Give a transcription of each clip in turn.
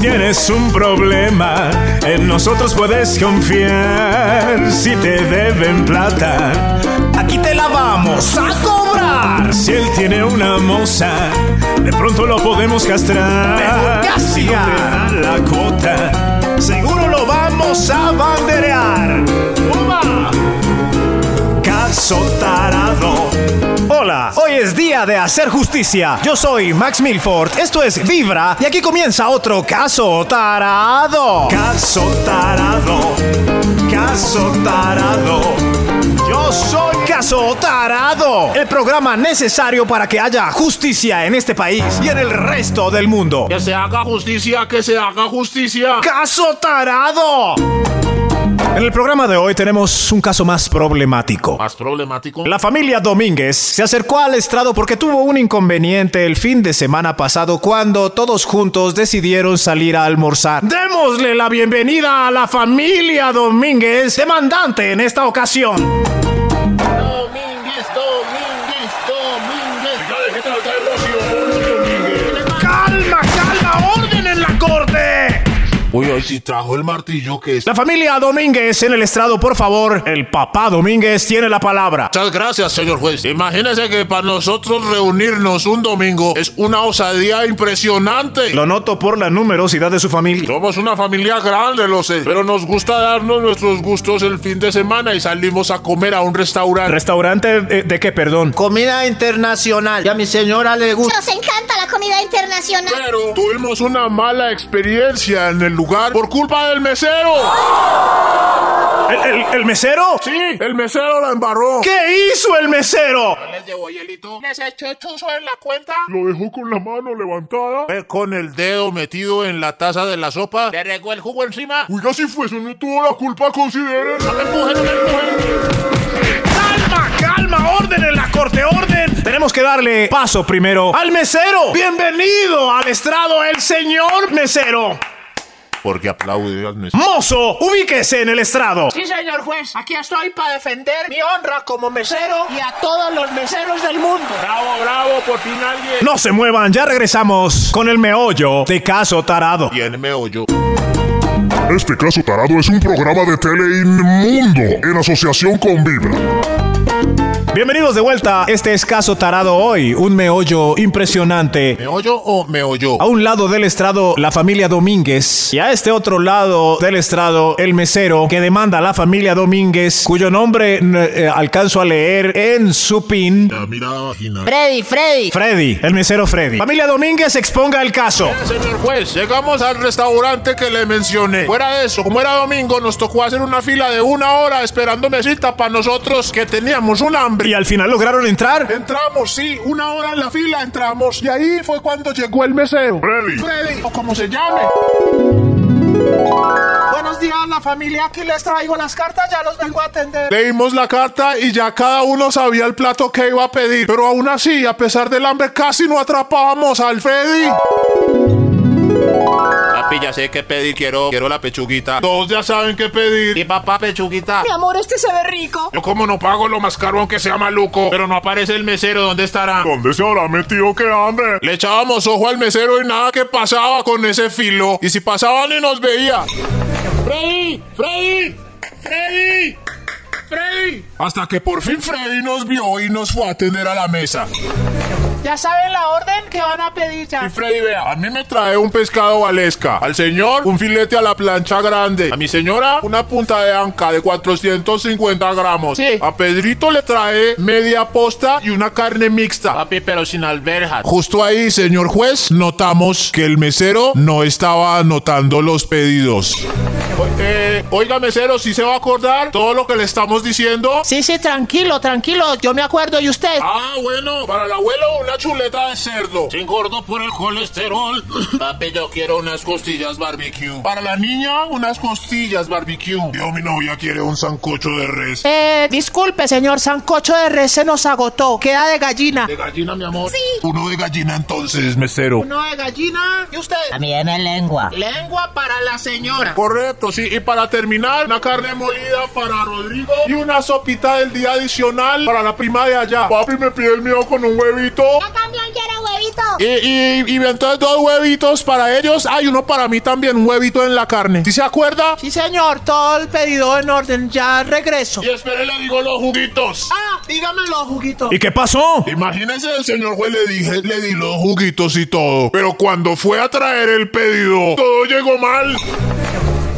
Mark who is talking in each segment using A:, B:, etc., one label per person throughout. A: tienes un problema, en nosotros puedes confiar. Si te deben plata,
B: aquí te la vamos a cobrar.
A: Si él tiene una moza, de pronto lo podemos castrar.
B: Casi
A: Si no te da la cuota,
B: Seguro lo vamos a banderear. ¡Uba!
A: caso tarado.
B: Hola, hoy es día de hacer justicia. Yo soy Max Milford, esto es Vibra y aquí comienza otro caso tarado.
A: Caso tarado, caso tarado,
B: Yo soy Caso Tarado, el programa necesario para que haya justicia en este país y en el resto del mundo.
C: Que se haga justicia, que se haga justicia.
B: Caso Tarado. En el programa de hoy tenemos un caso más problemático.
C: Más problemático.
B: La familia Domínguez se acercó al estrado porque tuvo un inconveniente el fin de semana pasado cuando todos juntos decidieron salir a almorzar. Démosle la bienvenida a la familia Domínguez, demandante en esta ocasión.
C: Domínguez, Domínguez, Domínguez. Ya dejé tratar Domínguez.
B: ¡Calma, calma! ¡Orden en la corte!
C: Uy, hoy sí trajo el martillo que es.
B: La familia Domínguez en el estrado, por favor. El papá Domínguez tiene la palabra.
C: Muchas gracias, señor juez. Imagínese que para nosotros reunirnos un domingo es una osadía impresionante.
B: Lo noto por la numerosidad de su familia.
C: Somos una familia grande, lo sé, pero nos gusta darnos nuestros gustos el fin de semana y salimos a comer a un restaurante.
B: ¿Restaurante eh, de qué, perdón?
D: Comida internacional. Y a mi señora le gusta.
E: Nos encanta la comida internacional.
C: Pero tuvimos una mala experiencia en el lugar por culpa del mesero.
B: ¿El, el- el mesero?
C: Sí, el mesero la embarró.
B: ¿Qué hizo el mesero?
C: Les llevó hielito. Les echó chuzo en la cuenta. Lo dejó con la mano levantada. con el dedo metido en la taza de la sopa. Le regó el jugo encima. Oiga, si fuese no tuvo la culpa, consideren. No me empujen, no me empujen.
B: ¡Calma, calma! ¡Orden en la corte, orden! Tenemos que darle paso primero al mesero. ¡Bienvenido al estrado, el señor mesero!
C: Porque aplaude al mesero.
B: ¡Mozo, ubíquese en el estrado!
F: Sí, señor juez, aquí estoy para defender mi honra como mesero y a todos los meseros del mundo.
C: Bravo, bravo, por fin alguien.
B: No se muevan, ya regresamos con el meollo de caso tarado.
C: ¿Quién me oyó?
G: Este caso tarado es un programa de tele inmundo en asociación con Vibra.
B: Bienvenidos de vuelta. Este es Caso Tarado hoy, un meollo impresionante.
C: ¿Me oyó o me oyó?
B: A un lado del estrado, la familia Domínguez. Y a este otro lado del estrado, el mesero que demanda a la familia Domínguez, cuyo nombre eh, eh, alcanzo a leer en su pin.
C: La mirada vaginal.
D: Freddy, Freddy.
B: Freddy, el mesero Freddy. Familia Domínguez exponga el caso.
C: Señor juez, llegamos al restaurante que le mencioné. Fuera de eso, como era domingo, nos tocó hacer una fila de una hora esperando mesita para nosotros que teníamos un hambre.
B: Y al final lograron entrar.
C: Entramos, sí, una hora en la fila entramos. Y ahí fue cuando llegó el mesero.
G: Freddy.
C: Freddy, o como se llame.
F: Buenos días, la familia. Aquí les traigo las cartas, ya los vengo a atender.
C: Leímos la carta y ya cada uno sabía el plato que iba a pedir. Pero aún así, a pesar del hambre, casi no atrapábamos al Freddy.
H: Papi, ya sé qué pedir, quiero, quiero la pechuguita.
C: Todos ya saben qué
H: Y
C: pedir.
H: papá, pechuguita.
F: Mi amor, este se ve rico.
C: Yo como no pago lo más caro aunque sea maluco. Pero no aparece el mesero, ¿dónde estará?
G: ¿Dónde se habrá metido? ¡Qué hambre!
C: Ah. Le echábamos ojo al mesero y nada que pasaba con ese filo. Y si pasaba ni nos veía. ¡Freddy! ¡Freddy! ¡Freddy! ¡Freddy! Hasta que por fin Freddy nos vio y nos fue a atender a la mesa.
F: Ya saben la orden que van a pedir
C: Y
F: ya.
C: Freddy, vea, a mí me trae un pescado valesca. Al señor, un filete a la plancha grande. A mi señora, una punta de anca de 450 gramos.
F: Sí.
C: A Pedrito le trae media posta y una carne mixta.
H: Papi, pero sin alberja.
C: Justo ahí, señor juez, notamos que el mesero no estaba anotando los pedidos. eh, oiga, mesero, si se va a acordar todo lo que le estamos diciendo?
F: Sí, sí, tranquilo, tranquilo. Yo me acuerdo y usted.
C: Ah, bueno, para el abuelo una chuleta de cerdo.
H: Sin gordo por el colesterol. Papi, yo quiero unas costillas barbecue.
C: Para la niña, unas costillas barbecue. Yo, mi novia quiere un sancocho de res.
F: Eh, disculpe, señor, sancocho de res se nos agotó. Queda de gallina.
C: De gallina, mi amor. Sí. Uno de gallina entonces, mesero.
F: Uno de gallina y usted.
D: También en lengua.
F: Lengua para la señora.
C: Correcto, sí. Y para terminar, una carne molida para Rodrigo y una sopita del día adicional para la prima de allá. Papi me pide el mío con un huevito.
E: Yo también quiero huevito.
C: Y, y, y entonces dos huevitos para ellos. Hay uno para mí también, un huevito en la carne. ¿Sí se acuerda?
F: Sí, señor, todo el pedido en orden, ya regreso.
H: Y espere, le digo los juguitos.
F: Ah, dígame los juguitos.
B: ¿Y qué pasó?
C: Imagínese el señor juez, le dije, le di los juguitos y todo. Pero cuando fue a traer el pedido, todo llegó mal.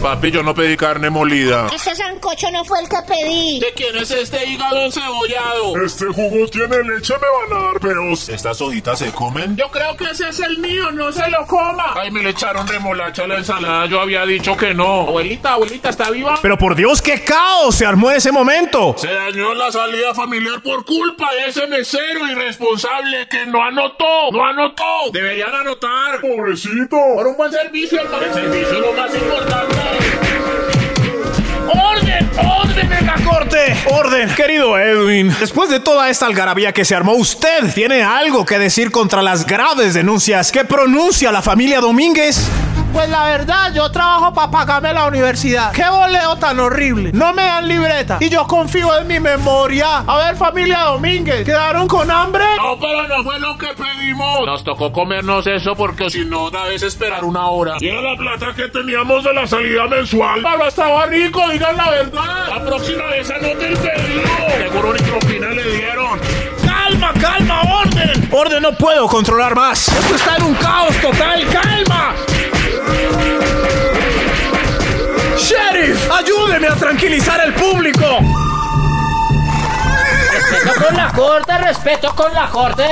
C: Papi, yo no pedí carne molida.
E: Ese sancocho no fue el que pedí.
H: ¿De quién es este hígado encebollado?
G: Este jugo tiene leche, me van a dar peos.
C: ¿Estas hojitas se comen?
F: Yo creo que ese es el mío, no se lo coma.
H: Ay, me le echaron remolacha a la ensalada. Yo había dicho que no.
F: Abuelita, abuelita, ¿está viva?
B: Pero por Dios, qué caos se armó en ese momento.
H: Se dañó la salida familiar por culpa de ese mesero irresponsable que no anotó. No anotó. Deberían anotar.
G: Pobrecito.
H: Por un buen servicio, hermano. El servicio es lo más importante. ¡Orden! ¡Orden en la corte!
B: Corte, orden, querido Edwin. Después de toda esta algarabía que se armó, usted tiene algo que decir contra las graves denuncias que pronuncia la familia Domínguez.
F: Pues la verdad, yo trabajo para pagarme la universidad. Qué boleo tan horrible. No me dan libreta. Y yo confío en mi memoria. A ver, familia Domínguez, ¿quedaron con hambre?
H: No, pero no fue lo que pedimos. Nos tocó comernos eso porque si no, da vez esperar una hora.
C: Y era la plata que teníamos de la salida mensual.
H: Pero estaba rico, digan la verdad. La próxima vez anote el pedido. Seguro ni propina le dieron.
B: ¡Calma, calma, orden! Orden, no puedo controlar más.
H: Esto está en un caos total. ¡Calma!
B: ¡Sheriff! ¡Ayúdeme a tranquilizar al público!
D: Respeto con la corte, respeto con la corte.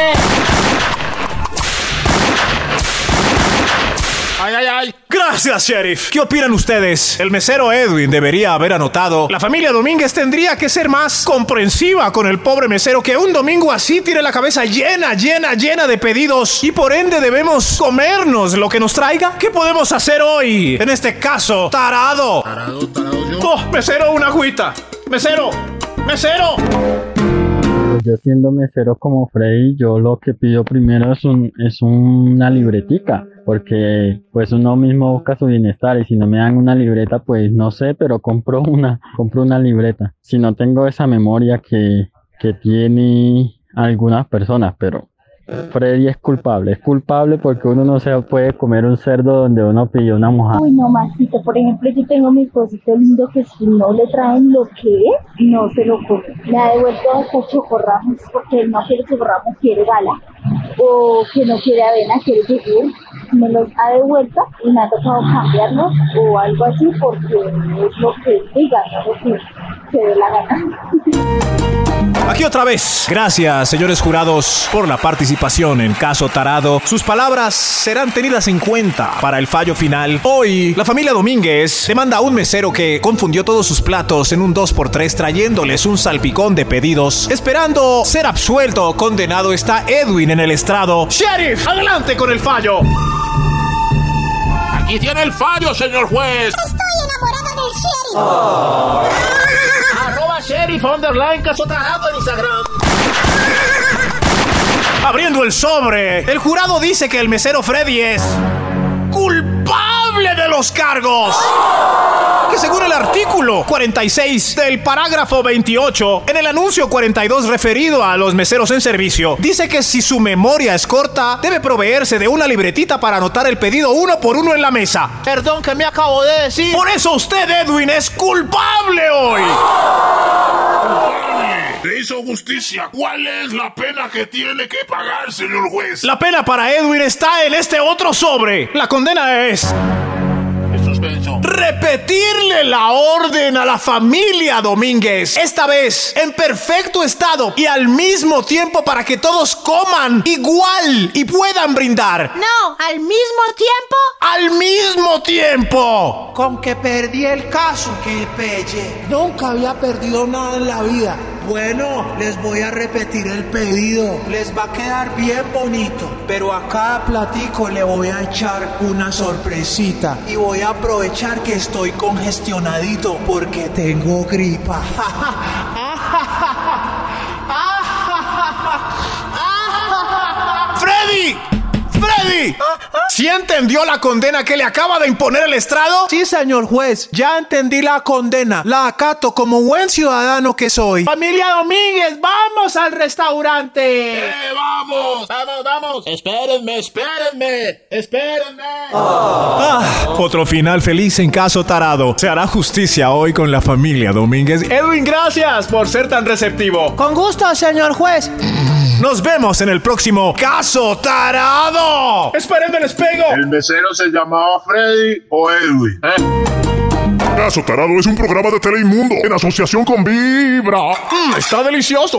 C: Ay, ay, ay.
B: Gracias, Sheriff. ¿Qué opinan ustedes? El mesero Edwin debería haber anotado. La familia Domínguez tendría que ser más comprensiva con el pobre mesero que un domingo así tiene la cabeza llena, llena, llena de pedidos y por ende debemos comernos lo que nos traiga. ¿Qué podemos hacer hoy? En este caso, tarado.
H: Tarado, tarado yo.
B: Oh, mesero, una agüita. Mesero, mesero.
I: Yo siendo mesero como Freddy, yo lo que pido primero es, un, es una libretica, porque pues uno mismo busca su bienestar y si no me dan una libreta, pues no sé, pero compro una, compro una libreta. Si no tengo esa memoria que, que tiene algunas personas, pero Freddy es culpable, es culpable porque uno no se puede comer un cerdo donde uno pidió una mojada.
J: Uy, no, Maxito, por ejemplo, yo tengo mi cosito lindo que si no le traen lo que es, no se lo come. Me ha devuelto hasta chocorramos porque él no quiere chocorramos, quiere gala. O que no quiere avena, quiere yogur. Me los ha devuelto y me ha tocado cambiarlos o algo así porque es lo que él diga, no lo que se dé la gana.
B: Aquí otra vez. Gracias, señores jurados, por la participación en Caso Tarado. Sus palabras serán tenidas en cuenta para el fallo final. Hoy, la familia Domínguez demanda a un mesero que confundió todos sus platos en un 2x3 trayéndoles un salpicón de pedidos. Esperando ser absuelto o condenado está Edwin en el estrado. ¡Sheriff! ¡Adelante con el fallo!
H: Aquí tiene el fallo, señor juez.
E: Estoy enamorada del sheriff.
F: Arroba sheriff underline caso tarado en Instagram.
B: Abriendo el sobre, el jurado dice que el mesero Freddy es culpable de los cargos. Que según el artículo 46 del parágrafo 28, en el anuncio 42 referido a los meseros en servicio, dice que si su memoria es corta, debe proveerse de una libretita para anotar el pedido uno por uno en la mesa.
F: Perdón, que me acabo de decir?
B: Por eso usted, Edwin, es culpable hoy.
C: Le hizo justicia. ¿Cuál es la pena que tiene que pagar, señor juez?
B: La pena para Edwin está en este otro sobre. La condena es
H: Suspenso.
B: repetirle la orden a la familia Domínguez. Esta vez en perfecto estado y al mismo tiempo para que todos coman igual y puedan brindar
E: No, al mismo tiempo.
B: al mismo tiempo.
F: Con que perdí el caso, que pelle. Nunca había perdido nada en la vida. Bueno, les voy a repetir el pedido. Les va a quedar bien bonito. Pero a cada platico le voy a echar una sorpresita. Y voy a aprovechar que estoy congestionadito porque tengo gripa.
B: ¡Freddy! ¡Freddy! ¿Sí entendió la condena que le acaba de imponer el estrado?
F: Sí, señor juez, ya entendí la condena. La acato como buen ciudadano que soy. Familia Domínguez, vamos al restaurante.
H: ¡Eh, vamos! ¡Vamos, vamos!
K: vamos. Espérenme, espérenme, espérenme.
B: Ah, otro final feliz en caso tarado. Se hará justicia hoy con la familia Domínguez. Edwin, gracias por ser tan receptivo.
F: Con gusto, señor juez.
B: Nos vemos en el próximo caso tarado. Esperen, me les pego.
L: El mesero se llamaba Freddy o Edwin.
C: Caso Tarado es un programa de Teleinmundo en asociación con Vibra.
B: Mm, está delicioso.